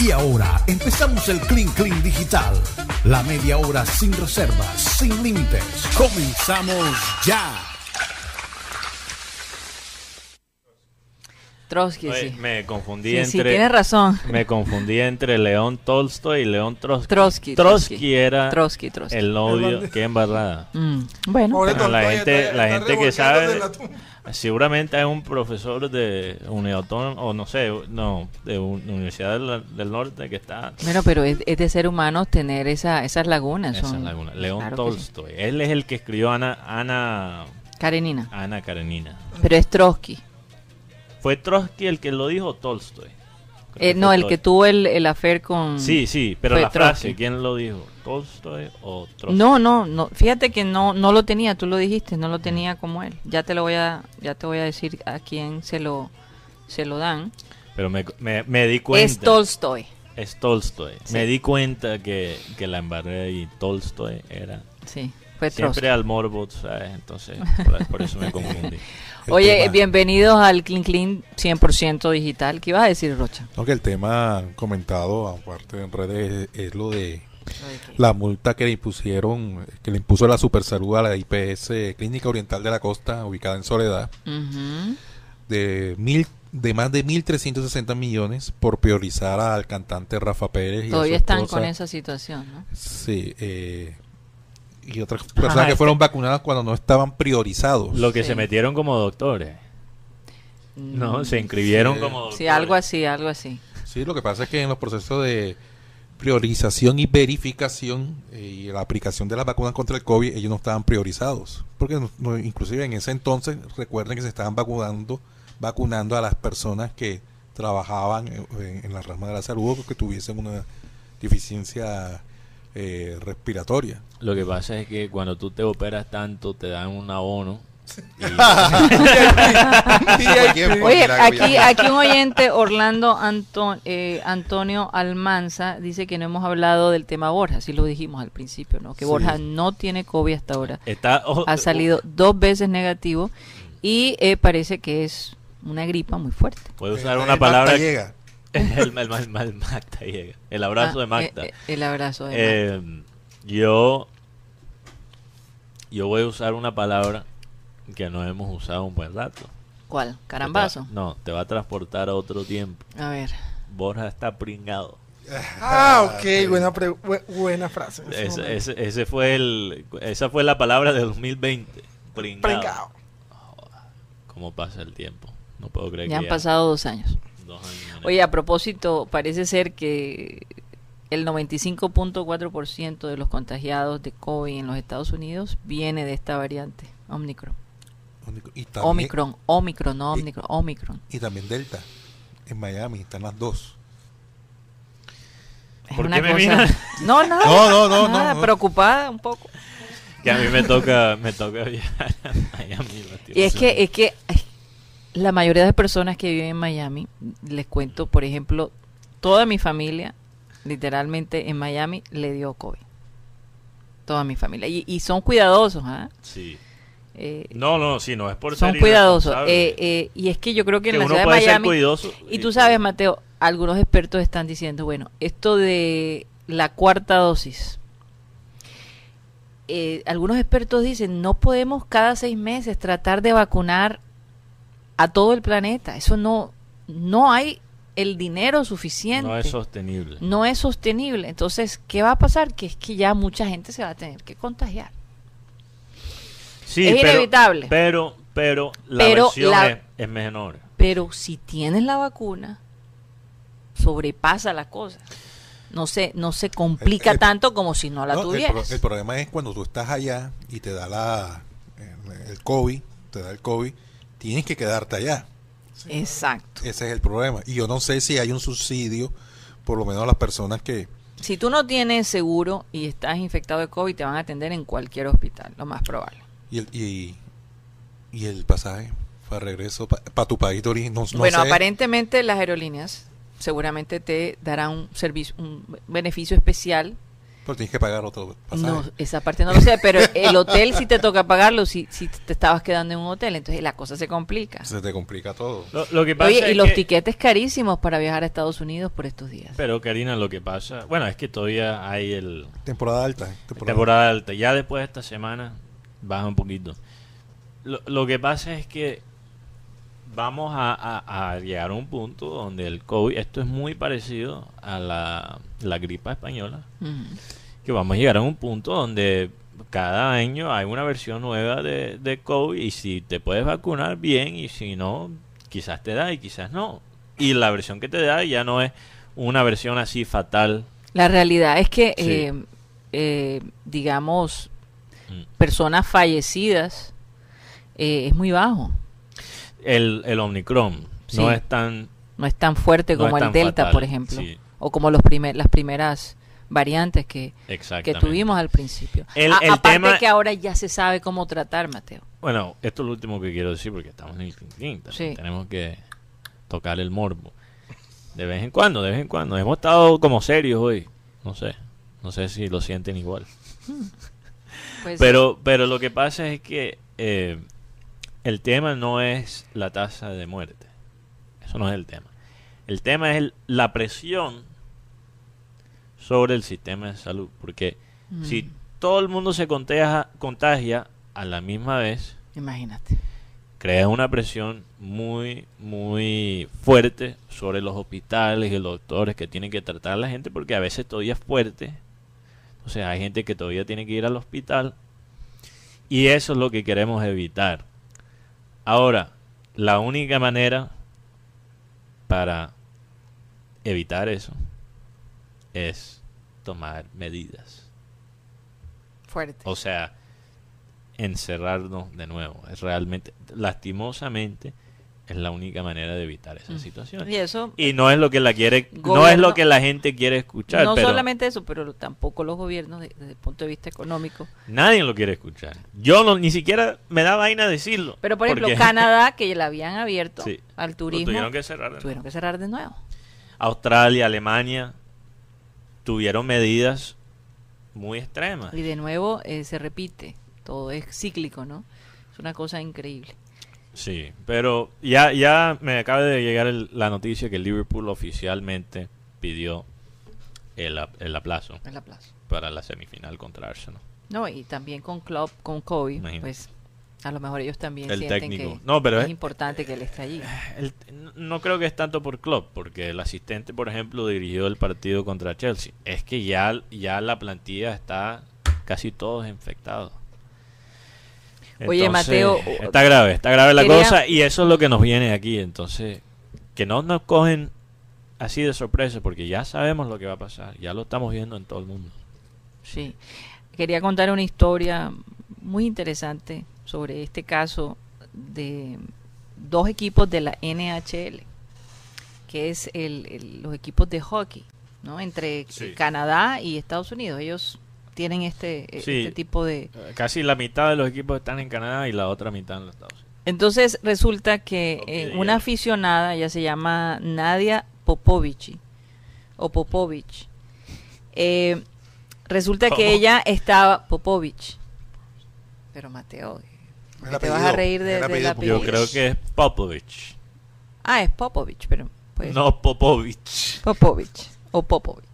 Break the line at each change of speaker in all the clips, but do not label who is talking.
Y ahora empezamos el Clean Clean Digital. La media hora sin reservas, sin límites. Comenzamos ya.
Trotsky,
Oye,
sí.
Me confundí
Sí,
entre.
sí, tienes razón.
Me confundí entre León Tolstoy y León Trotsky.
Trotsky,
Trotsky,
Trotsky.
era
Trotsky, Trotsky.
Ah, el novio. Qué embarrada.
Mm, Bueno,
Pobre
Bueno, la
Tolstoy,
gente-
está-
la
está
gente que
revolcándose
sabe-
en la tumba.
Seguramente hay un profesor de Unidad Autónoma, o no sé, no, de un- de Universidad del, del Norte que está
bueno, pero es, es de ser humano tener esa, esas lagunas.
en esa
son-
laguna. León
claro que sí.
Tolstoy. Él es el que escribió Ana, Ana,
Karenina.
Ana Karenina.
Pero es Trotsky.
¿Fue Trotsky el que lo dijo o Tolstoy? Creo
Eh, no,
fue
el que
Tolstoy.
tuvo el, el affair con...
Sí, sí, pero
Mm. Fue
la frase,
Trotsky.
¿quién lo dijo? ¿Tolstoy o Trotsky?
No, no, no. Fíjate que no, no lo tenía. Tú lo dijiste, no lo tenía como él. Ya te lo voy a, ya te voy a decir a quién se lo, se lo dan.
Pero me, me- me di cuenta.
Es Tolstoy.
Es Tolstoy.
Sí.
Me di cuenta que, que la embarré y Tolstoy era
Sí, fue Trotsky.
siempre al morbo, ¿sabes? Entonces, por, por eso me confundí.
El
Oye,
tema-
bienvenidos al Clean Clean 100% digital. ¿Qué ibas a decir, Rocha?
No, que el tema comentado aparte en redes es, es lo de la multa que le impusieron, que le impuso la Supersalud a la IPS Clínica Oriental de la Costa, ubicada en Soledad,
Ujú.
de mil de más de 1.360 millones por priorizar al cantante Rafa Pérez. Y a su
Todavía están con
esposa.
esa situación, ¿no?
Sí, eh, y otras personas que
este-
fueron vacunadas cuando no estaban priorizados.
Lo que
Sí.
se metieron como doctores. No, se inscribieron
Sí.
como doctores.
Mm. Sí, algo así, algo así.
Sí, lo que pasa es que en los procesos de priorización y verificación eh, y la aplicación de las vacunas contra el COVID, ellos no estaban priorizados. Porque no- no- inclusive en ese entonces, recuerden que se estaban vacunando, vacunando a las personas que trabajaban en, en- en la rama de la salud o que tuviesen una deficiencia eh, respiratoria.
Lo que pasa es que cuando tú te operas tanto, te dan un abono. y-
Oye, aquí, aquí un oyente, Orlando Anton- eh, Antonio Almanza, dice que no hemos hablado del tema Borja, sí lo dijimos al principio, ¿no? Que
Sí.
Borja no tiene COVID hasta ahora.
está, oh,
Ha salido dos veces negativo y eh, parece que es una gripa muy fuerte.
Puedo usar una palabra.
Hasta Eh, llega.
el, mal mal mal Magda llega. El abrazo
Ah,
de Magda.
eh, eh, el abrazo de Magda.
Eh, yo, yo voy a usar una palabra que no hemos usado un buen rato.
¿Cuál? ¿Carambazo?
Te va- no, te va a transportar a otro tiempo.
A ver.
Borja está pringado.
Ah, ok, buena, pre- bu- buena frase. en ese
Ese-
momento.
ese- ese fue el, esa fue la palabra de 2020. Pringado.
Pringao.
¿Cómo pasa el tiempo? No puedo creer
Ya
que
han pasado dos años.
dos años en
Oye, a propósito, parece ser que el 95.4% de los contagiados de COVID en los Estados Unidos viene de esta variante, Omicron.
Y también,
Omicron, Omicron, no Omicron, Omicron.
Y también Delta. En Miami están las dos.
Es
¿Por
una
qué me
cosa-
miras?
No, nada.
No, no, no,
nada,
no, no.
preocupada un poco.
Que a mí me toca, me toca viajar a Miami. lo
Y es
siento.
que, eh, es que ay, la mayoría de personas que viven en Miami, les cuento, por ejemplo, toda mi familia, literalmente en Miami, le dio COVID. Toda mi familia. Y, y son cuidadosos, ¿ah?
Sí.
Eh,
No, no, sí, no es por
son
ser
cuidadosos.
irresponsable.
Eh, eh, y es que yo creo que,
Que
en la
uno
ciudad de
puede ser
Miami.
cuidadoso
y
y-
tú sabes, Mateo, algunos expertos están diciendo, bueno, esto de la cuarta dosis. eh, algunos expertos dicen, no podemos cada seis meses tratar de vacunar a todo el planeta. Eso no, no hay el dinero suficiente.
no es sostenible.
No es sostenible. Entonces, ¿qué va a pasar? Que es que ya mucha gente se va a tener que contagiar.
Sí,
Es
pero-
inevitable.
Pero, pero la
Pero
versión
la-
Es, es menor.
Pero si tienes la vacuna, sobrepasa la cosa. No se, no se complica
El- el-
tanto como si no la
Eh, No, el, pro-
tuvieras.
el problema es cuando tú estás allá y te da la eh, el, el COVID, te da el COVID, tienes que quedarte allá.
Exacto.
Ese es el problema. Y yo no sé si hay un subsidio, por lo menos a las personas que...
Si tú no tienes seguro y estás infectado de COVID, te van a atender en cualquier hospital, lo más probable.
Y el, y, y el pasaje para regreso, para tu país de origen, no, no
bueno,
sé.
aparentemente las aerolíneas seguramente te darán un servicio, un beneficio especial
Pero tienes que pagar otro pasaje.
No, esa parte no lo sé, pero el hotel sí te toca pagarlo si, si te estabas quedando en un hotel, entonces la cosa se complica.
Se te complica todo.
Lo, lo que pasa
Oye, y
es
los
que-
tiquetes carísimos para viajar a Estados Unidos por estos días.
Pero Karina, lo que pasa, bueno, es que todavía hay el
Temporada alta. eh, Temporada.
temporada alta. Ya después de esta semana baja un poquito. Lo, lo que pasa es que vamos a, a- a llegar a un punto donde el COVID, esto es muy parecido a la, la gripa española,
Ujú.
que vamos a llegar a un punto donde cada año hay una versión nueva de, de COVID y si te puedes vacunar bien y si no, quizás te da y quizás no. Y la versión que te da ya no es una versión así fatal.
La realidad es que,
Sí.
eh, eh, digamos,
Mm.
personas fallecidas eh, es muy bajo.
El, el Omicron
Sí.
no es tan...
No es tan fuerte
No es
como el
tan
Delta,
fatal,
por ejemplo.
sí.
O como los primer, las primeras variantes que, que
Exactamente.
tuvimos al principio.
El-
A-
el
aparte
tema-
que ahora ya se sabe cómo tratar, Mateo.
Bueno, esto es lo último que quiero decir porque estamos en el clink clink, también
Sí.
Tenemos que tocar el morbo. De vez en cuando, de vez en cuando. Hemos estado como serios hoy. No sé. No sé si lo sienten igual.
Pues,
Pero, pero lo que pasa es que eh, el tema no es la tasa de muerte. Eso no es el tema. El tema es el- la presión sobre el sistema de salud. Porque
mm,
si todo el mundo se contagia, contagia a la misma vez,
Imagínate.
crea una presión muy, muy fuerte sobre los hospitales y los doctores que tienen que tratar a la gente porque a veces todavía es fuerte. O sea, hay gente que todavía tiene que ir al hospital y eso es lo que queremos evitar. Ahora, la única manera para evitar eso es tomar medidas.
Fuerte.
O sea, encerrarnos de nuevo. Es realmente, lastimosamente, es la única manera de evitar esa
Mm.
situación.
y eso,
Y no es lo que la quiere, no es
Gobierno-
lo que la gente quiere escuchar,
no
pero
solamente eso, pero tampoco los gobiernos de- desde el punto de vista económico.
nadie lo quiere escuchar. Yo no, ni siquiera me da vaina decirlo.
Pero, por ejemplo,
porque
Canadá, que la habían abierto
Sí.
al
lo
turismo,
tuvieron que cerrar. de nuevo.
tuvieron que cerrar de nuevo.
Australia, Alemania, tuvieron medidas muy extremas.
Y de nuevo eh, se repite, todo es cíclico, ¿no? Es una cosa increíble.
Sí, pero ya, ya me acaba de llegar el- la noticia que Liverpool oficialmente pidió el, ap- el aplazo
En la plaza.
para la semifinal contra Arsenal.
No, y también con Klopp, con Kobe,
Imagínate.
pues a lo mejor ellos también
El
sienten
técnico.
que
No, pero
es,
es-
importante que él esté allí.
El- no- no creo que es tanto por Klopp, porque el asistente, por ejemplo, dirigió el partido contra Chelsea. Es que ya, ya la plantilla está casi todos infectados.
Oye,
Entonces,
Mateo,
Está grave, está grave la
quería-
cosa y eso es lo que nos viene aquí. Entonces, que no nos cogen así de sorpresa, porque ya sabemos lo que va a pasar. Ya lo estamos viendo en todo el mundo.
Sí. Quería contar una historia muy interesante sobre este caso de dos equipos de la NHL, que es el, el- los equipos de hockey, ¿no? Entre
Sí.
Canadá y Estados Unidos. Ellos tienen este,
Sí.
este tipo de...
Eh, Casi la mitad de los equipos están en Canadá y la otra mitad en los Estados Unidos.
Entonces resulta que
Ok,
eh,
ya.
una aficionada, ella se llama Nadia Popovici, o Popovich, eh, resulta
¿Cómo?
que ella estaba Popovich, pero Mateo, eh.
El
te
apellido,
vas a reír de-
el
del
apellido
apellido.
Yo
Popovich.
creo que es Popovich.
ah, es Popovich, pero pues,
No Popovich.
Popovich, o Popovich.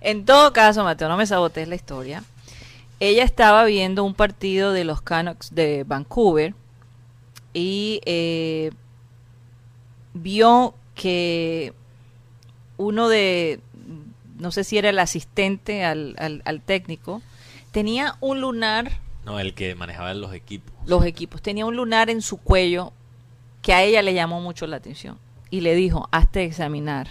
En todo caso, Mateo, no me sabotees la historia. Ella estaba viendo un partido de los Canucks de Vancouver y eh, vio que uno de, no sé si era el asistente al, al- al técnico, tenía un lunar,
No, el que manejaba los equipos.
los equipos, tenía un lunar en su cuello que a ella le llamó mucho la atención y le dijo, hazte examinar.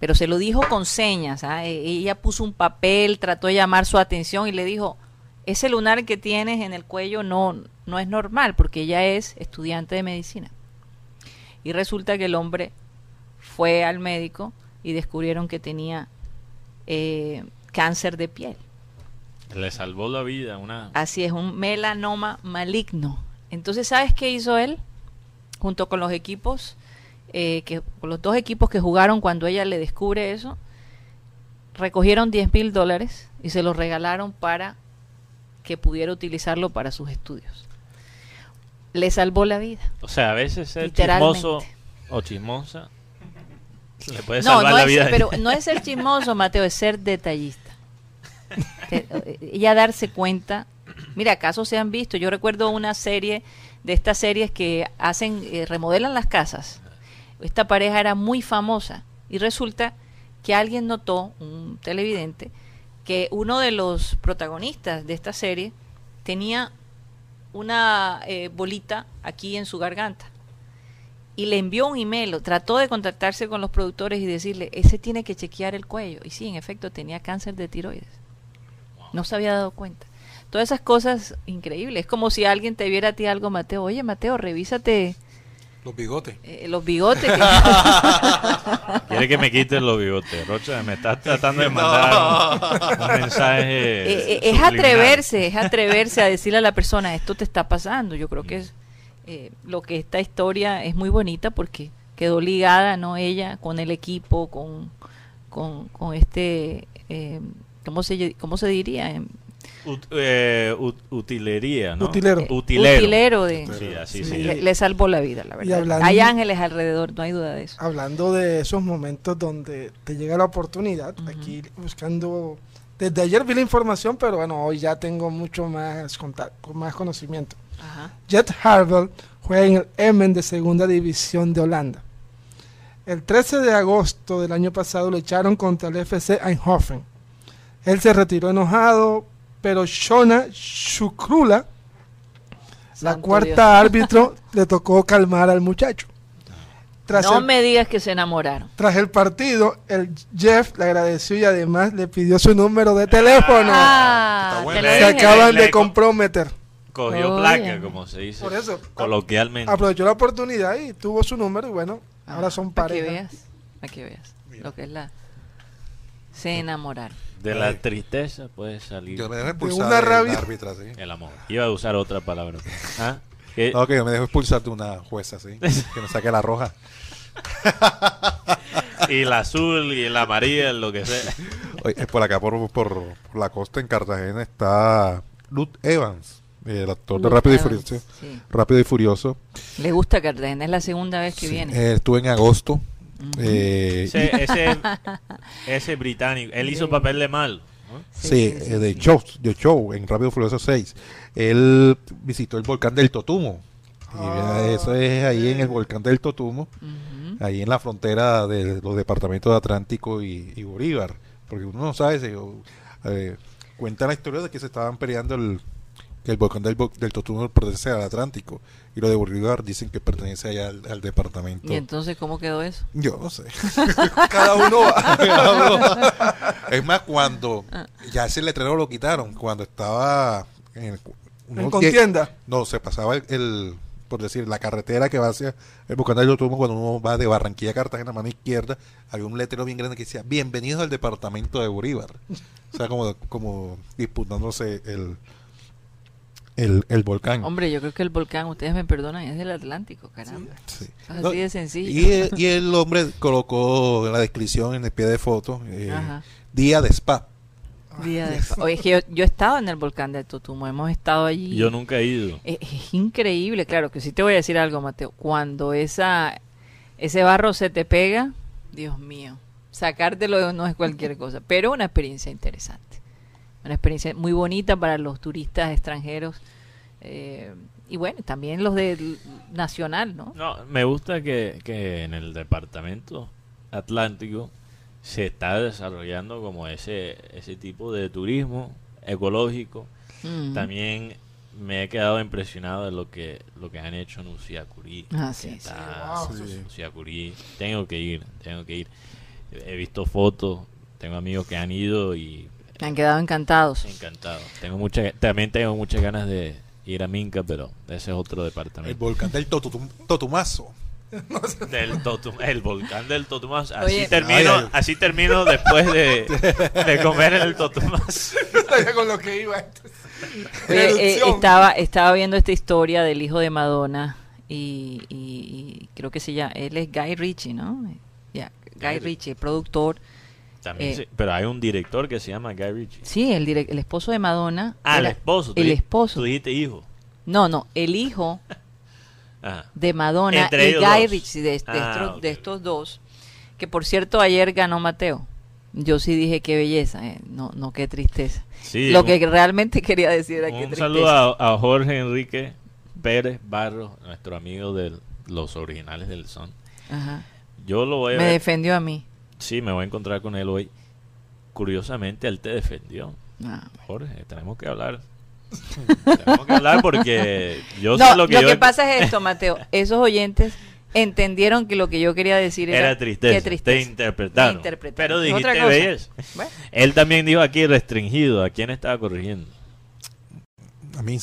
Pero se lo dijo con señas, ¿ah? E- ella puso un papel, trató de llamar su atención y le dijo, ese lunar que tienes en el cuello no, no es normal porque ella es estudiante de medicina. Y resulta que el hombre fue al médico y descubrieron que tenía eh, cáncer de piel.
Le salvó la vida una...
Así es, un melanoma maligno. Entonces, ¿sabes qué hizo él? Junto con los equipos, eh, que, con los dos equipos que jugaron cuando ella le descubre eso, recogieron 10 mil dólares y se los regalaron para que pudiera utilizarlo para sus estudios. Le salvó la vida.
O sea, a veces ser
Literalmente.
chismoso o chismosa le puede
No,
salvar
no
la
es,
vida. a
pero
alguien.
no es ser chismoso, Mateo, es ser detallista. Te- eh, Ella darse cuenta. Mira, casos se han visto. Yo recuerdo una serie de estas series que hacen, eh, remodelan las casas. Esta pareja era muy famosa y resulta que alguien notó, un televidente, que uno de los protagonistas de esta serie tenía una eh, bolita aquí en su garganta y le envió un email, o trató de contactarse con los productores y decirle, ese tiene que chequear el cuello. Y sí, en efecto, tenía cáncer de tiroides. No se había dado cuenta. Todas esas cosas increíbles. Es como si alguien te viera a ti algo, Mateo. Oye, Mateo, revísate
Los bigotes.
eh, los bigotes. que-".
Quiere que me quiten los bigotes. Rocha, me estás tratando de mandar un, un mensaje.
Eh, eh, es
subliminal.
atreverse, es atreverse a decirle a la persona, esto te está pasando. Yo creo que es eh, lo que esta historia es muy bonita porque quedó ligada, ¿no? Ella con el equipo, con, con, con este, eh, ¿cómo, se, lle- ¿cómo se diría? Em,
Ut- eh, ut- utilería, ¿no?
Utilero.
Utilero.
eh, Utilero de,
Sí, así
Sí.
se
le,
llama.
le salvó la vida, la verdad.
hablando-
Hay ángeles alrededor, no hay duda de eso.
Hablando de esos momentos donde te llega la oportunidad,
Ujú.
aquí buscando. Desde ayer vi la información, pero bueno, hoy ya tengo mucho más contacto, más conocimiento.
Ajá.
Jet Harvell juega en el Emmen de Segunda División de Holanda. El 13 de agosto del año pasado lo echaron contra el FC Eindhoven. Él se retiró enojado, pero Shona Shukrula, la
Santo Dios.
cuarta árbitro, le tocó calmar al muchacho. Tras
No
el-
me digas que se enamoraron.
tras el partido, el Jeff le agradeció y además le pidió su número de teléfono.
Ah,
está
te
bueno.
lo
se
le-
dije.
acaban
le-
de
le-
comprometer.
Cogió
Oye.
placa, como se dice.
Por eso.
Coloquialmente.
Aprovechó la oportunidad y tuvo su número y bueno, ahora son
Para Ah, que
pareja.
veas, para que veas lo que es la... Se enamoraron.
De la tristeza puede salir
Eh. Yo me dejo expulsar
una
de una
rabia.
árbitra, sí.
el amor. Iba a usar otra palabra. ¿Ah? ¿Qué?
No, que yo me dejo expulsar de una jueza, sí. Que me saque la roja.
Y el azul, y la amarilla, lo que sea.
Oye, eh, por acá, por, por, por la costa en Cartagena, está Luke Evans, el actor de
Luke
Rápido y
Evans,
Furioso.
sí.
Rápido y Furioso.
Le gusta Cartagena, es la segunda vez que
Sí,
viene.
eh, estuve en agosto. eh, y-
Ese, ese, ese británico. Él hizo papel de mal.
Sí,
Sí,
sí,
eh, de
sí.
Show, de Show, en Rápido y Furioso 6. Él visitó el volcán del Totumo. Y
Ah,
eso es ahí en el volcán del Totumo,
Ujú.
ahí en la frontera de los departamentos de Atlántico y, y Bolívar. Porque uno no sabe, se, o- eh, cuenta la historia de que se estaban peleando el, que el volcán del, bo- del Totumo pertenece al Atlántico. Y lo de Bolívar dicen que pertenece allá al, al departamento.
¿Y entonces cómo quedó eso?
Yo no sé. Cada uno va. Cada uno va. Ah. Es más, cuando ya ese letrero lo quitaron, cuando estaba en, el cu-
En
unos diez-
contienda.
No, se pasaba el, el- por decir, la carretera que va hacia eh, el Bucanal del Turismo, cuando uno va de Barranquilla a Cartagena, mano izquierda, había un letrero bien grande que decía, bienvenidos al departamento de Bolívar. O sea, como, como disputándose el, el, el volcán.
Hombre, yo creo que el volcán, ustedes me perdonan, es del Atlántico, caramba.
Sí.
Así
No,
de sencillo.
Y el, y el hombre colocó la descripción en el pie de foto, eh,
Ajá.
día de spa.
Ah,
Día de fa- Oye, es que yo, yo he estado en el volcán de Totumo, hemos estado allí.
Yo nunca he ido.
Es, es increíble, claro, que sí te voy a decir algo, Mateo. Cuando esa ese barro se te pega, Dios mío, sacártelo no es cualquier cosa, pero una experiencia interesante. Una experiencia muy bonita para los turistas extranjeros eh, y bueno, también los de nacional, ¿no?
No, me gusta que, que en el departamento atlántico se está desarrollando como ese, ese tipo de turismo ecológico.
Mm.
También me he quedado impresionado de lo que, lo que han hecho en Usiacurí.
Ah, sí, sí.
Está-
Wow.
Sí.
Usiacurí. Tengo que ir, tengo que ir. He visto fotos, tengo amigos que han ido y
Me han quedado encantados.
encantado. Tengo mucha, también tengo muchas ganas de ir a Minca, pero ese es otro
El
departamento.
volcán del Totutum- Totumazo.
Del Totum- el volcán del Totumas. Así
Oye.
termino,
Ay, ay.
así termino después de, de comer el Totumas.
Estaría con lo que iba.
Oye, eh,
Erupción.
estaba, estaba viendo esta historia del hijo de Madonna y, y- y creo que se llama, él es Guy Ritchie, ¿no? Ya, Guy Ritchie, el productor,
También
Eh.
sí, pero hay un director que se llama Guy Ritchie.
Sí, el, direc- el esposo de Madonna.
Ah, el
era-
esposo. tú
El
di-
esposo.
Tú dijiste hijo.
No, no, el hijo
Ajá.
de Madonna
Entre
y
ellos
Guy
dos.
Ritchie, de, de
Ah,
estos,
ok.
de estos dos. Que por cierto, ayer ganó Mateo. Yo sí dije qué belleza, eh, no, no qué tristeza.
Sí,
Lo
un-
que realmente quería decir era qué
Un
tristeza.
saludo a, a Jorge Enrique Pérez Barros, nuestro amigo de los originales del son.
Ajá.
Yo lo voy a
Me
ver.
defendió a mí.
Sí, me voy a encontrar con él hoy. Curiosamente, él te defendió.
Ah.
Jorge, tenemos que hablar. tenemos que hablar porque yo
no,
sé lo que yo-
pasa es esto, Mateo. Esos oyentes entendieron que lo que yo quería decir era,
Era tristeza.
qué
Te interpretaron.
Me interpretaron.
Pero
Es otra
dijiste
cosa.
belleza.
Bueno,
Él también dijo aquí restringido. ¿A quién estaba corrigiendo?
A mí.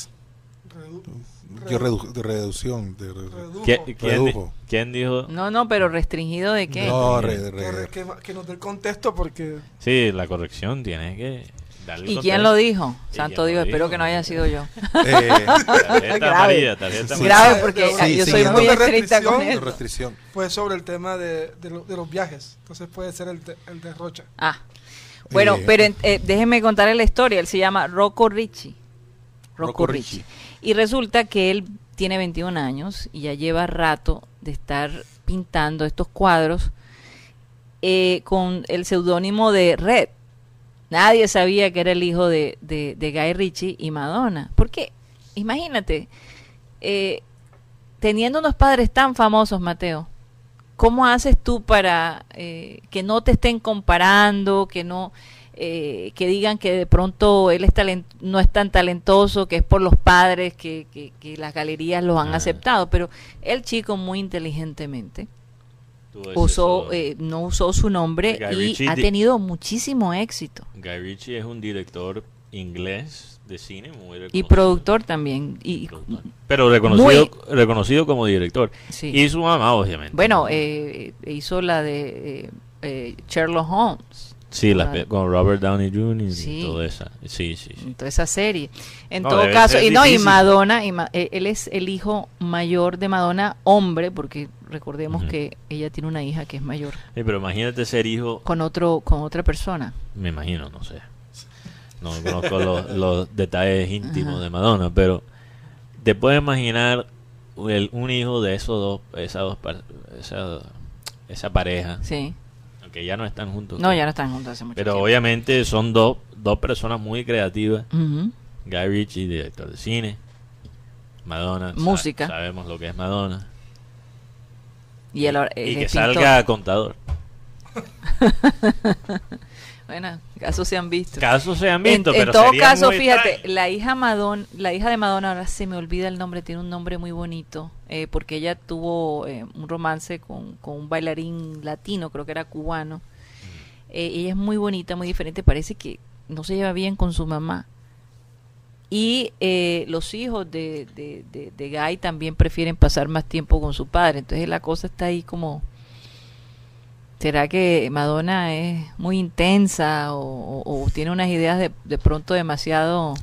Yo redu- de reducción. De re-
Redujo.
¿Qui- ¿Quién, di-
Redujo.
quién dijo?
no, no, pero restringido de qué.
No, re-
Que,
re-
re- que- que nos dé el contexto porque
Sí, la corrección tiene que darle
¿Y
contexto.
quién lo dijo?
Ella
Santo
lo
Dios,
dijo.
espero que no haya sido yo.
eh,
Tarjeta
Grave.
amarilla, tarjeta
Sí.
amarilla.
Grave porque
Sí,
ah, yo
sí,
soy
no.
muy
De
estricta con
restricción,
de
él.
restricción.
fue sobre el tema de, de lo- de los viajes. Entonces puede ser el, de- el de Rocha.
Ah. Bueno,
Eh.
pero en- eh, déjenme contarle la historia. Él se llama Rocco Ricci. Rocco,
Rocco
Ricci.
Ricci.
Y resulta que él tiene 21 años y ya lleva rato de estar pintando estos cuadros eh, con el seudónimo de Red. Nadie sabía que era el hijo de, de- de Guy Ritchie y Madonna. Porque, imagínate, eh, teniendo unos padres tan famosos, Mateo, ¿cómo haces tú para eh, que no te estén comparando, que no eh, que digan que de pronto él es talen- no es tan talentoso, que es por los padres, que, que- que las galerías los han
Ah.
aceptado? Pero el chico muy inteligentemente
Tuvo ese
usó,
solo.
eh, no usó su nombre y
Guy Ritchie
ha
di-
tenido muchísimo éxito.
Guy Ritchie es un director inglés de cine muy
Y
reconocido.
productor también. Y,
Productor. Pero reconocido,
Muy-
reconocido como director.
sí.
Y su mamá, obviamente.
Bueno, eh, hizo la de eh, eh, Sherlock Holmes,
Sí, la
claro.
pe- con Robert Downey Jr.
Sí. Mm.
y toda esa. Sí, sí, sí.
toda esa serie. En
No,
todo
debe
caso,
ser
y no, y
difícil.
Madonna, y ma- eh, él es el hijo mayor de Madonna, hombre, porque recordemos
Ujú.
que ella tiene una hija que es mayor,
Eh, pero imagínate ser hijo,
con otro con otra persona.
me imagino, no sé. No conozco los, los detalles íntimos de Madonna, pero te puedes imaginar el- un hijo de esos dos, esas dos, par- esa, esa pareja,
Sí.
aunque ya no están juntos.
No,
creo.
ya no están juntos hace mucho
Pero
tiempo.
obviamente son dos, dos personas muy creativas.
Ujú.
Guy Ritchie, director de cine. Madonna. sa-
Música.
sabemos lo que es Madonna.
Y, él ahora- él
Y
es
que
pintor.
salga contador.
Bueno, casos se han visto.
Casos se han
En-
visto,
en,
pero
todo
sería
caso,
muy
fíjate,
extraño.
la hija Madonna, la hija de Madonna, ahora se me olvida el nombre, tiene un nombre muy bonito, eh, porque ella tuvo eh, un romance con, con un bailarín latino, creo que era cubano. Eh, ella es muy bonita, muy diferente, parece que no se lleva bien con su mamá. Y eh, los hijos de, de, de- de Guy también prefieren pasar más tiempo con su padre, entonces la cosa está ahí como... ¿Será que Madonna es muy intensa o, o- o tiene unas ideas de, de pronto demasiado...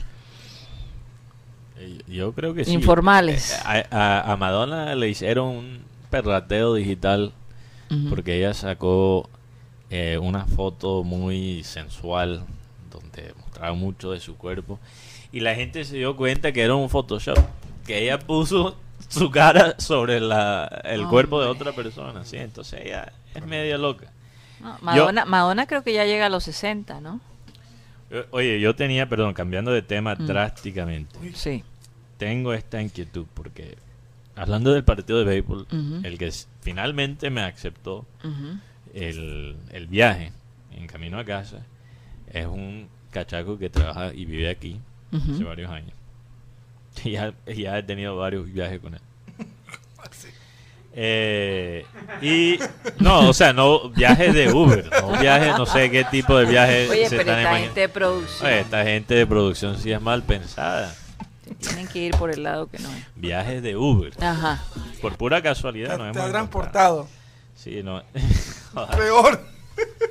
Eh, Yo creo que sí.
Informales.
Eh, A, a- a Madonna le hicieron un perrateo digital
Ujú.
porque ella sacó eh, una foto muy sensual donde mostraba mucho de su cuerpo y la gente se dio cuenta que era un Photoshop, que ella puso su cara sobre la, el
Hombre.
cuerpo de otra persona, ¿sí? entonces ella es media loca.
No, Madonna, Madonna creo que ya llega a los 60, ¿no?
Eh, Oye, yo tenía, perdón, cambiando de tema
Mm.
drásticamente,
Sí.
tengo esta inquietud porque hablando del partido de béisbol,
Ujú.
el que s- finalmente me aceptó
Ujú.
el, el viaje en camino a casa es un cachaco que trabaja y vive aquí
Ujú.
hace varios años. Y ya, ya he tenido varios viajes con él. Eh, y no, o sea, no viajes de Uber, no viajes, no sé qué tipo de viajes
Oye,
Eh, se
pero
están
esta
imaginando. Eh.
gente de producción
Oye, esta gente de producción sí es mal pensada.
tienen que ir por el lado que no es.
Viajes de Uber,
Ajá.
por pura casualidad.
Te,
nos
te
hemos
ha
encontrado. Ah.
transportado.
Sí, no.
Peor,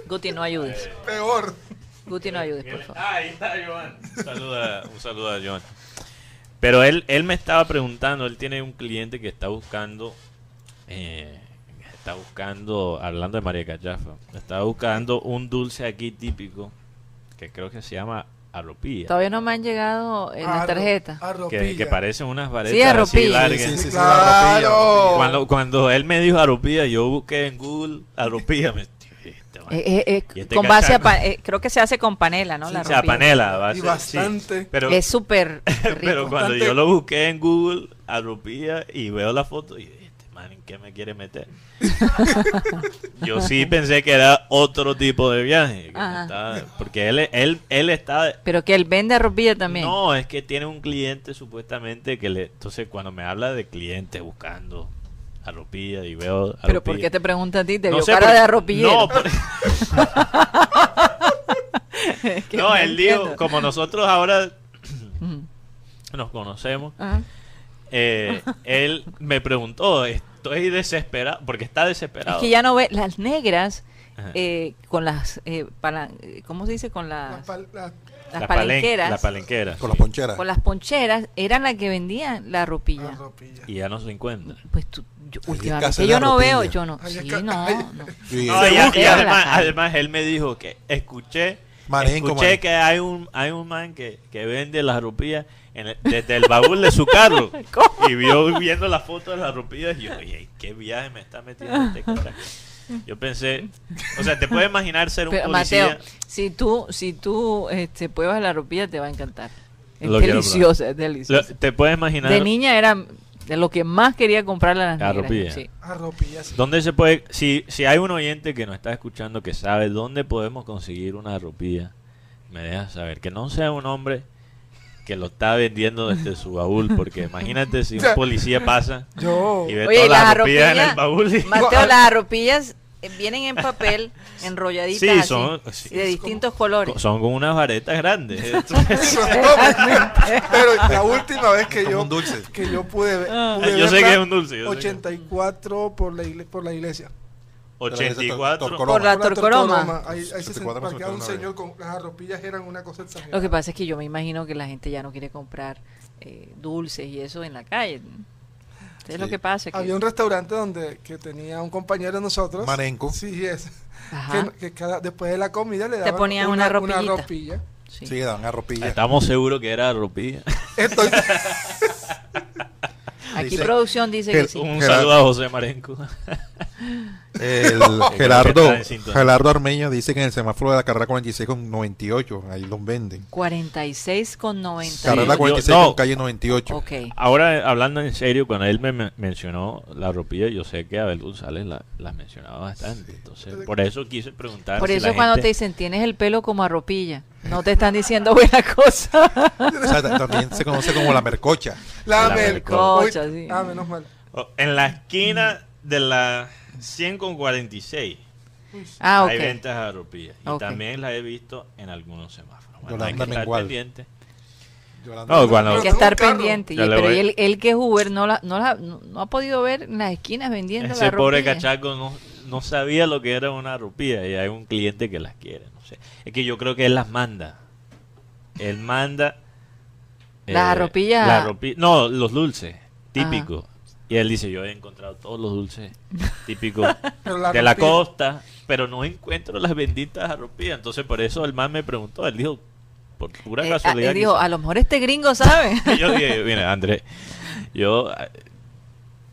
Guti, no ayudes.
peor.
Guti, no ayudes, por favor.
Ah, ahí está Joan. Un saludo a- un saludo a Joan. Pero él, él me estaba preguntando, él tiene un cliente que está buscando eh, está buscando, hablando de María Cachafa, está buscando un dulce aquí típico que creo que se llama arropilla.
Todavía no me han llegado eh,
Ah,
las
Arro-
tarjetas.
arropilla.
Que, que parecen unas varetas
Sí,
así
arropilla.
largas.
Sí, sí, sí,
Claro.
Cuando, cuando él me dijo arropilla, yo busqué en Google arropilla. me- Este man-
Eh, eh, eh,
Y este
con base a
cachaco.
pa- eh, creo que se hace con panela, ¿no?
Sí,
La
o sea,
arropilla.
panela. va a
Y
ser, sí.
bastante.
Pero,
es súper rico.
pero cuando
bastante.
yo lo busqué en Google, arropilla, y veo la foto, y este man, ¿en qué me quiere meter? yo sí pensé que era otro tipo de viaje. que me
Ajá.
estaba- porque él, él, él está
Pero que él vende arropilla también.
No, es que tiene un cliente supuestamente que le... Entonces cuando me habla de cliente buscando arropilla y veo... Arropilla,
pero ¿por qué te pregunta a ti? Te
No
vio
sé,
cara
pero-
de arropillero.
No, por-
Es que
no, él dijo,
entiendo.
como nosotros ahora
Ujú.
nos conocemos,
Ajá.
eh, él me preguntó, estoy desesperado, porque está desesperado.
Es que ya no ve las negras
Ajá.
eh, con las, eh, pala- eh, ¿cómo se dice? Con
La
las,
pal- la-
las
La palen-
palenqueras,
La palenquera. sí.
Con las poncheras.
con las poncheras, eran las que vendían la ropilla.
arropilla.
Y ya no se encuentra.
Pues tú, yo,
Había
últimamente
casa de
yo
la
no
ropilla.
veo, yo no.
Había
Sí,
ca-
no,
había-
no.
Sí,
No,
Se
y- y
voltea a la
además,
cara.
además él me dijo que escuché
Marenco,
escuché
man.
que hay un hay un man que, que vende las rupillas en el- desde el baúl de su carro y vio viendo la foto de las rupillas y yo oye qué viaje me está metiendo este cara yo pensé o sea te puedes imaginar ser un
Pero,
policía
Mateo, si tú, si tú este, pruebas la ropilla, te va a encantar. Es
Lo quiero
deliciosa, es
Lo-
deliciosa.
te puedes imaginar
De niña era de lo que más quería comprarle a las
La
negras,
ropilla.
sí.
Arropilla, sí.
dónde se puede si si hay un oyente que nos está escuchando que sabe dónde podemos conseguir una rupilla me deja saber que no sea un hombre que lo está vendiendo desde su baúl porque imagínate si un policía pasa
Yo.
y ve
Oye,
todas las
las
ropillas en el
arropillas-
baúl ah. y-
Mateo, las arropillas eh, vienen en papel, enrolladitas
Sí,
así,
son- sí.
de distintos colores.
Co- Son con unas varetas grandes.
Pero la última vez que
Como
yo
un dulce.
que yo pude ver, pude
yo sé
verla,
que es un dulce. yo sé que-
84 por la iglesia, por la iglesia.
Por la
Por
torcoroma.
Ahí, ahí se
84 me
parqueaba un
suena una
señor con las arropillas eran una cosa exagerada.
Lo que pasa es que yo me imagino que la gente ya no quiere comprar eh, dulces y eso en la calle. Es lo
Sí.
que pasa. Que,
Había un restaurante donde que tenía un compañero de nosotros.
Marenco.
Sí, es.
Ajá,
Que, que cada, después de la comida le
Te
daban
ponían una ropillita.
ropilla.
sí.
Sí, daban arropilla.
Estamos seguros que era ropilla.
Entonces,
Aquí
Dice-
producción dice que
que-
sí.
Un
Gerardo.
saludo a José Marenco.
El
Creo
Gerardo,
que está en sintonía.
Gerardo Armeño dice que en el semáforo de la carrera 46 con 98, ahí los venden.
46 con 90.
Sí,
Carrera
yo-
46
no.
con calle 98.
Ok.
Ahora, eh, hablando en serio, cuando él me me- mencionó la ropilla, yo sé que Abel González la, la mencionaba bastante. Entonces, por eso quise preguntar.
Por
Ah, si
eso
la
cuando te
gente-
dicen tienes el pelo como arropilla, no te están diciendo buena cosa.
O sea, ta- también se conoce como la mercocha.
la,
La
melcocha.
melcocha, sí.
Ah, menos mal.
Oh, En la esquina de la 100 con 46
Ah,
hay
ok.
ventas a ropilla. Y
Ok.
también las he visto en algunos semáforos. Bueno,
Yolanda
hay que estar
Mengual.
pendiente.
Yolanda,
No, cuando,
Hay que
Pero tengo
estar
un carro.
pendiente. Y-
Ya le
pero
voy.
y él, él que es Uber no, la, no, la- no- no ha podido ver en las esquinas vendiendo
Ese
la
pobre
ropilla.
cachaco no, no sabía lo que era una rupía y hay un cliente que las quiere. No sé. Es que yo creo que él las manda. Él manda. eh,
Las arropillas.
la arropi- no, los dulces,
Ah.
típicos. Y él dice: Yo he encontrado todos los dulces típicos
Pero la
de la
ropilla-
costa, pero no encuentro las benditas arropillas. Entonces, por eso el man me preguntó. Él dijo: Por pura
Eh, ah,
casualidad.
él dijo,
quizás".
a lo mejor este gringo sabe.
Y yo dije, mira, Andrés, yo eh,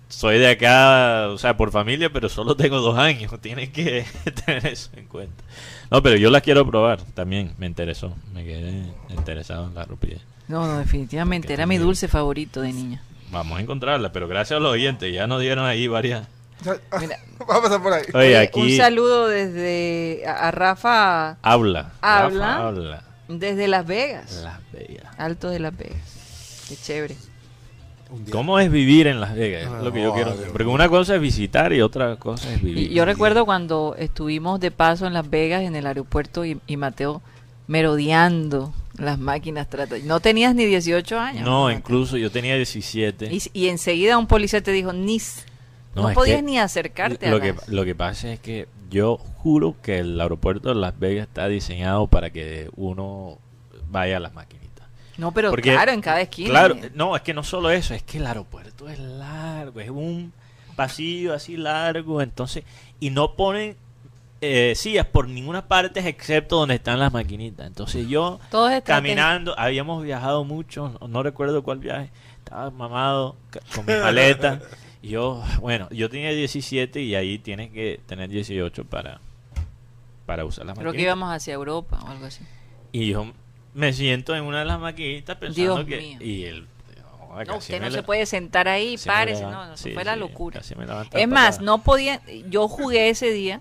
soy de acá, o sea, por familia, pero solo tengo dos años. Tienes que tener eso en cuenta. No, pero yo las quiero probar también. Me interesó. Me quedé interesado en la ropilla.
No, no, definitivamente.
Porque
Era mi
también-
dulce favorito de niña.
Vamos a encontrarla, pero gracias a los oyentes. Ya nos dieron ahí varias.
Ya-
Mira.
ah, Vamos a pasar por ahí.
Oye,
Oye,
aquí
Un saludo desde a, a Rafa,
habla. Rafa,
Habla.
habla.
desde Las Vegas.
Las Vegas.
Alto de Las Vegas. Qué chévere.
un día.
¿Cómo es vivir en Las Vegas? Es lo que yo
No,
quiero.
Oh, Dios mío.
Porque una cosa es visitar y otra cosa es
Y
vivir.
yo recuerdo cuando estuvimos de paso en Las Vegas, en el aeropuerto, y, y Mateo merodeando las máquinas. trata- No tenías ni 18 años.
No,
Mateo.
incluso yo tenía 17.
Y, y enseguida un policía te dijo, ni, s-
No,
no,
es
podías
que
ni acercarte
lo
a
que,
las-
lo que pasa es que yo juro que el aeropuerto de Las Vegas está diseñado para que uno vaya a las maquinitas.
No, pero
Porque-
claro, en cada esquina.
Claro,
mira.
no, es que no solo eso, es que el aeropuerto es largo, es un pasillo así largo, entonces, y no ponen eh, sillas por ninguna parte excepto donde están las maquinitas. Entonces yo
Todo es estrategia.
caminando, habíamos viajado mucho, no, no recuerdo cuál viaje, estaba mamado ca- con mi maleta. y yo, bueno, yo tenía 17 y ahí tienes que tener 18 para, para usar las
Creo
maquinitas.
que íbamos hacia Europa o algo así.
Y yo me siento en una de las maquinitas pensando
Dios
que...
mío.
Y él... joder,
No,
casi
usted
me
no se
la-
puede sentar ahí,
casi me
párese.
levan-
No, no, eso
sí,
fue la
sí,
locura.
casi me levanta
Es
la
más,
patada.
no podían, yo jugué ese día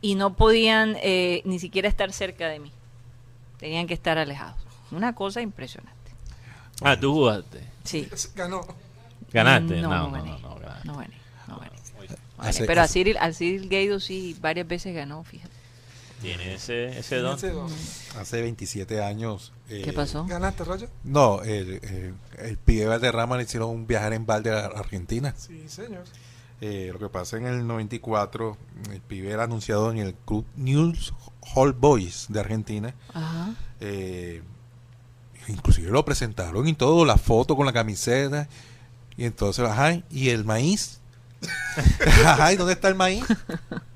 y no podían eh, ni siquiera estar cerca de mí. Tenían que estar alejados. Una cosa impresionante.
Ah, tú jugaste.
Sí.
Ganó.
Ganaste.
No,
No,
no
no, no,
gané.
no, ganaste.
No gané, no gané. No
Hace-
gané. Pero a
hace-
Cyril, al Cyril Gaido sí varias veces ganó, fíjate.
Tiene ese, ese don.
Ese don.
Hace 27 años. eh,
¿Qué pasó?
¿Ganaste, Roger?
No, el, el, el pibe Valderrama le hicieron un viajar en balde a Argentina.
Sí, señor.
Eh, lo que pasa en el 94, el pibe era anunciado en el club News Hall Boys de Argentina.
Ajá.
Eh, inclusive lo presentaron y todo, la foto con la camiseta. Y entonces, ajá, ¿y el maíz? ajá, ¿y dónde está el maíz?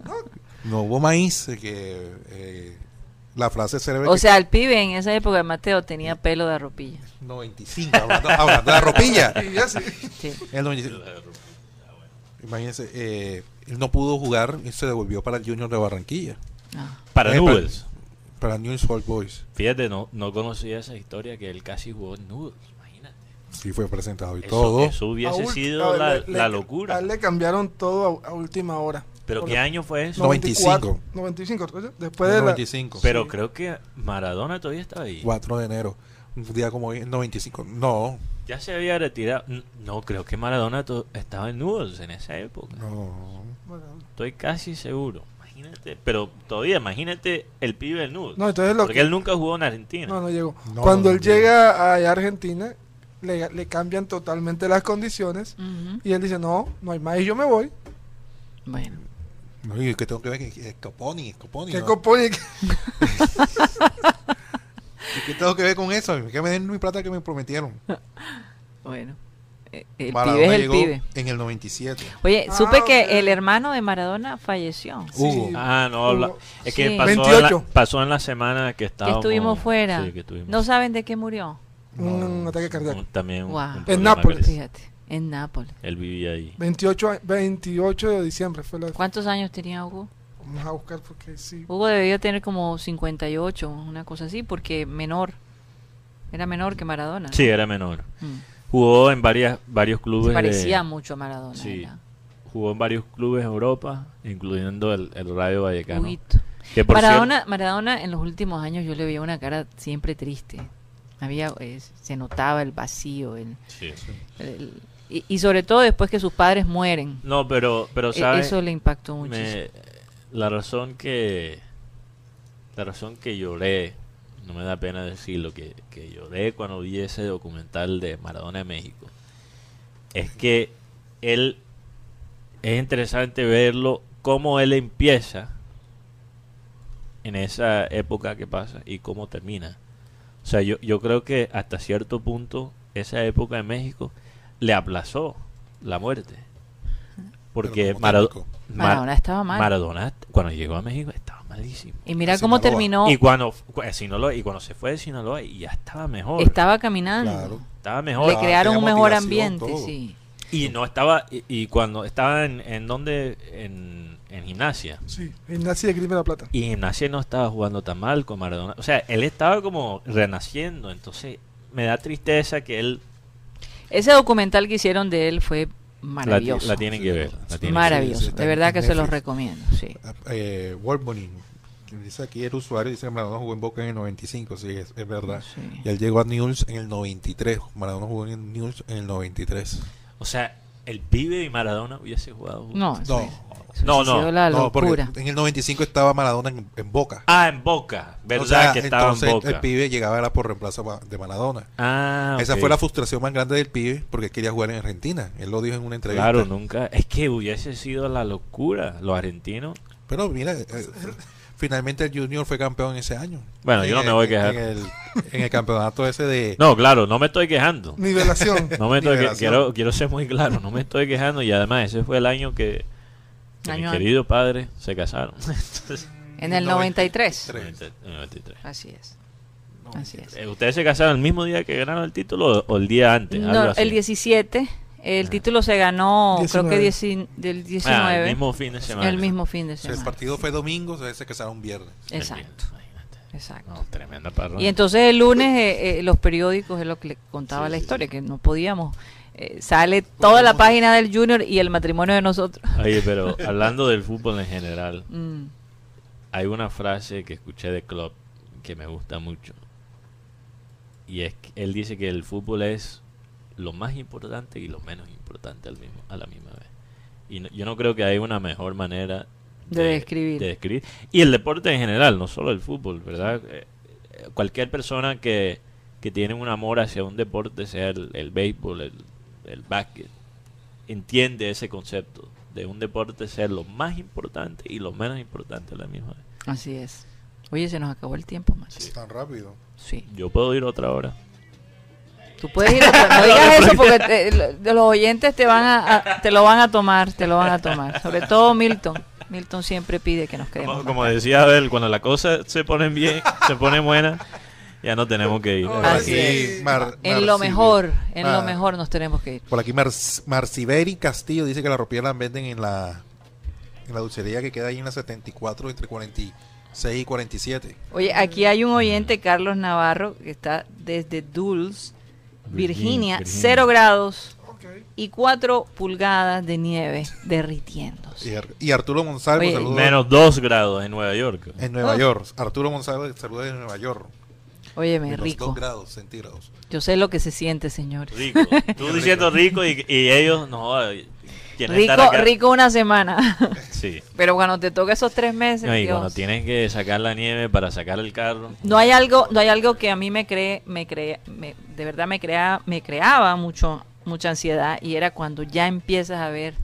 No, no hubo maíz. eh, Que, eh, la frase célebre
O
que-
sea, el pibe en esa época, Mateo, tenía pelo de arropilla.
95, hablando, hablando de la ropilla.
Y ya sí.
Sí.
El 95. Imagínense, eh, él no pudo jugar y se devolvió para el Junior de Barranquilla.
Ah.
Para
Eh,
Noodles.
Para News Old Boys.
Fíjate, no, no conocía esa historia que él casi jugó en Noodles. Imagínate.
Sí fue presentado y
Eso,
todo.
eso hubiese
A ult-
sido
a-
la,
le-
la
le-
locura.
A él le cambiaron todo a, a última hora.
Pero
Por-
¿qué año fue eso?
94, 95, Roger. Después de la...
95.
Pero
sí.
creo que Maradona todavía estaba ahí.
4 de enero. Un día como hoy, 95. No,
Ya se había retirado. N- No, creo que Maradona to- estaba en Noodles en esa época.
no.
Bueno,
Estoy casi seguro. Imagínate. Pero todavía, imagínate el pibe del Noodles.
No, entonces lo
Porque
que-
él nunca jugó en Argentina.
No, no llegó.
No,
Cuando
no
él
llegó.
llega a Argentina, le, le cambian totalmente las condiciones.
Ujú.
Y él dice, no, no hay más y yo me voy.
Bueno.
No, y que tengo que ver que que- Scoponi, Scoponi.
¿Qué
¿no?
compone?
¿Y ¿Qué tengo que ver con eso? Que me den mi plata que me prometieron.
Bueno, eh, el
Maradona
pibe es el
llegó
pibe.
En el 97.
Oye,
Ah,
supe
ok.
que el hermano de Maradona falleció.
Hugo.
Ah, no, la- es que
Sí.
pasó, en la,
28.
pasó en la semana que
Que
estábamos.
estuvimos fuera.
Sí, que estuvimos.
No saben de qué murió.
Un
No.
ataque cardíaco.
Un- también un-
Wow.
un
En
problema
Nápoles.
que él-
Fíjate, en Nápoles.
Él vivía ahí.
28, a- 28 de diciembre fue la...
¿Cuántos años tenía Hugo?
Vamos a buscar porque sí.
Hugo debía tener como 58, una cosa así, porque menor. Era menor que Maradona. ¿no?
Sí, era menor.
Mm.
Jugó en varias, varios clubes.
Se
de-
parecía mucho a Maradona.
Sí.
era
Jugó en varios clubes de Europa, incluyendo el, el Radio Vallecano.
Huguito.
Que por
Maradona, Maradona en los últimos años yo le veía una cara siempre triste. Había, eh, se notaba el vacío. el-
cierto- sí.
el- y, y sobre todo después que sus padres mueren.
No, pero, pero
E-
¿sabes?
Eso le impactó
Me- eh,
muchísimo.
la razón que la razón que lloré no me da pena decirlo que, que lloré cuando vi ese documental de Maradona de México es que él es interesante verlo cómo él empieza en esa época que pasa y cómo termina o sea yo, yo creo que hasta cierto punto esa época de México le aplazó la muerte porque
Pero como
Maradona
técnico.
Maradona estaba mal.
Maradona cuando llegó a México estaba malísimo.
y mira
a
cómo
Sinaloa.
terminó.
Y cuando cu- eh, Sinaloa, y cuando se fue de Sinaloa y ya estaba mejor.
Estaba caminando.
Claro.
Estaba
Le
mejor.
Ah,
crearon
tenía
un mejor
motivación,
ambiente,
todo.
sí.
Y no estaba y, y cuando estaba en, en donde en, en gimnasia.
Sí, Ignacio de Grima de la Plata.
Y gimnasia no estaba jugando tan mal con Maradona. O sea, él estaba como renaciendo, entonces me da tristeza que él
Ese documental que hicieron de él fue
la, ti-
maravilloso.
la tienen que ver. la tienen que ver.
maravilloso.
Sí, sí, está
de verdad
en
que se los
Netflix.
recomiendo, sí.
Eh, Wolverine, que dice aquí el usuario, dice que Maradona jugó en Boca en el 95, sí, es, es verdad.
Sí.
Y él llegó a News en el 93. Maradona jugó en News en el 93.
O sea, el pibe de Maradona hubiese jugado.
No, eso
No.
es- eso
No,
ha sido
no.
la
no, porque
locura.
en el 95 estaba Maradona en, en Boca.
Ah, en Boca, verdad
O sea,
que estaba
entonces
en Boca.
el pibe llegaba era por reemplazo ma- de Maradona.
Ah,
Esa
ok.
fue la frustración más grande del pibe porque quería jugar en Argentina. Él lo dijo en una entrevista.
Claro, nunca. Es que hubiese sido la locura los argentinos.
Pero mira, eh, Finalmente el Junior fue campeón ese año.
Bueno,
En
yo no me
el-
voy a quejar.
En el, en el campeonato ese de...
No, claro, no me estoy quejando.
Nivelación.
No me estoy que-
Liberación.
quiero, quiero ser muy claro, no me estoy quejando y además ese fue el año que,
este
que
Año-
mi querido padre se casaron. Entonces,
En el 93.
93.
93.
Así es. Así es.
Eh, ¿Ustedes se casaron el mismo día que ganaron el título o o el día antes?
No,
Algo así. Ah,
el 17. El título se ganó, creo que
19.
diecin- del
Ah,
19.
el mismo fin de semana.
el mismo fin de
O sea, el
semana.
partido fue domingo, o sea, se casaron viernes.
El
Exacto,
mismo, imagínate.
exacto.
No, tremenda parrón.
Y entonces el lunes eh, eh, los periódicos es lo que le contaba
Sí,
la
sí,
historia, que no podíamos. eh, sale toda la página del Junior y el matrimonio de nosotros.
Oye, pero hablando del fútbol en general,
Mm,
hay una frase que escuché de Klopp que me gusta mucho. Y es que él dice que el fútbol es lo más importante y lo menos importante al mismo, a la misma vez. Y no- yo no creo que haya una mejor manera
De describir.
de describir. Y el deporte en general, no solo el fútbol, ¿verdad? Eh, eh, cualquier persona que, que tiene un amor hacia un deporte, sea el, el béisbol, el, el básquet, entiende ese concepto de un deporte ser lo más importante y lo menos importante a la misma vez.
así es. Oye, se nos acabó el tiempo, macho.
Tan rápido.
Sí.
Yo puedo ir otra hora.
Tú puedes ir otra- No digas eso porque te- lo- de los oyentes te van a, a- te lo van a tomar, te lo van a tomar. Sobre todo Milton. Milton siempre pide que nos quedemos.
Como,
más
como
tarde.
decía Abel, cuando las cosas se ponen bien, se ponen buenas, ya no tenemos que ir.
Así
es.
en lo mejor, en
Ah.
lo mejor nos tenemos que ir.
Por aquí Mar Marciberi Castillo dice que la ropilla la venden en la, en la dulcería que queda ahí en la 74 entre 46 y 47.
Oye, aquí hay un oyente, Carlos Navarro, que está desde Dulles, Virginia,
Virginia.
0 grados
Ok.
y 4 pulgadas de nieve derritiéndose.
Y, Ar- y Arturo Monsalvo,
Oye.
saludos
Menos 2 grados en Nueva York.
en Nueva
Oh.
York. Arturo Monsalvo, saludos en Nueva York.
Óyeme,
Menos
rico.
2 grados centígrados.
Yo sé lo que se siente, señores.
Rico. Tú diciendo rico y, y ellos, no, joda, quieren estar
Rico,
acá.
rico una semana.
Sí.
Pero cuando te toca esos tres meses,
No, y
Dios.
cuando tienes que sacar la nieve para sacar el carro.
No hay algo, no hay algo que a mí me cree, me cree, me- de verdad me crea, me creaba mucho, mucha ansiedad y era cuando ya empiezas a ver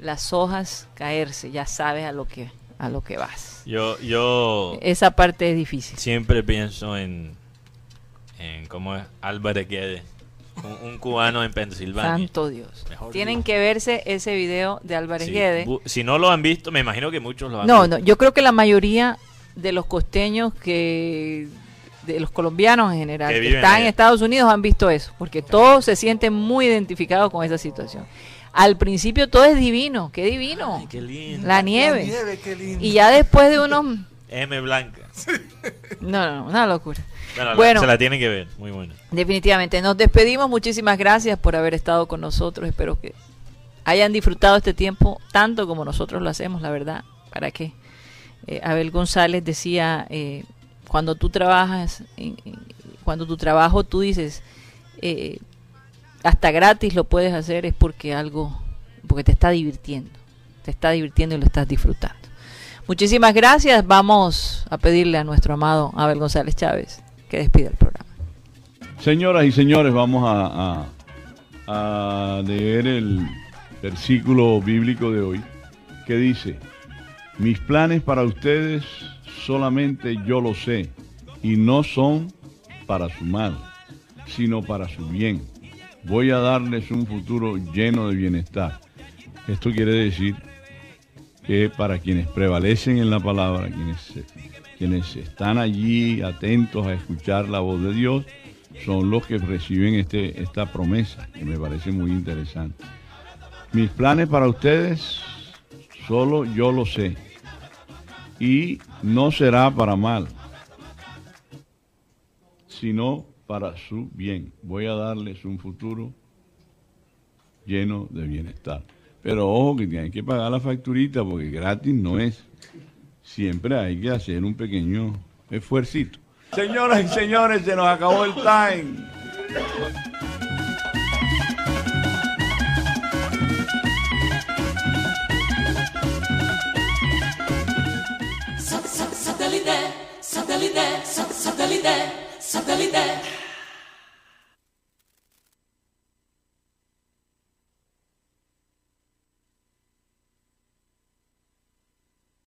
las hojas caerse, ya sabes a lo que, a lo que vas.
Yo, yo
Esa parte es difícil.
siempre pienso en, en cómo es Álvarez Guedes, un, un cubano en Pensilvania.
Santo Dios.
Mejor
Tienen
Dios.
que verse ese video de Álvarez
Sí,
Guedes.
bu- Si no lo han visto, me imagino que muchos lo han
No,
visto.
no, yo creo que la mayoría de los costeños que de los colombianos en general
Que
que,
viven
están en
allá.
Estados Unidos han visto eso, porque todos se sienten muy identificados con esa situación. Al principio todo es divino, qué divino.
Ay, qué lindo.
La nieve.
La nieve, qué lindo.
Y ya después de unos
M blanca.
no, no, no, una locura.
Bueno, la-
Bueno.
se la tienen que ver. Muy buena.
Definitivamente, nos despedimos. Muchísimas gracias por haber estado con nosotros. Espero que hayan disfrutado este tiempo tanto como nosotros lo hacemos, la verdad. ¿Para qué? Eh, Abel González decía, eh, cuando tú trabajas, en- en- cuando tu trabajo tú dices, eh, hasta gratis lo puedes hacer, es porque algo, porque te está divirtiendo. Te está divirtiendo y lo estás disfrutando. Muchísimas gracias. Vamos a pedirle a nuestro amado Abel González Chávez que despida el programa.
Señoras y señores, vamos a, a- a leer el versículo bíblico de hoy que dice, mis planes para ustedes solamente yo los sé y no son para su mal, sino para su bien. Voy a darles un futuro lleno de bienestar. Esto quiere decir que para quienes prevalecen en la palabra, quienes, quienes están allí atentos a escuchar la voz de Dios, son los que reciben este, esta promesa, que me parece muy interesante. Mis planes para ustedes, solo yo lo sé, y no será para mal, sino para su bien. Voy a darles un futuro lleno de bienestar. Pero ojo que tienen que pagar la facturita porque gratis no es. Siempre hay que hacer un pequeño esfuercito. Señoras y señores, se nos acabó el time.
Satellite, satellite, satellite, satellite, satellite.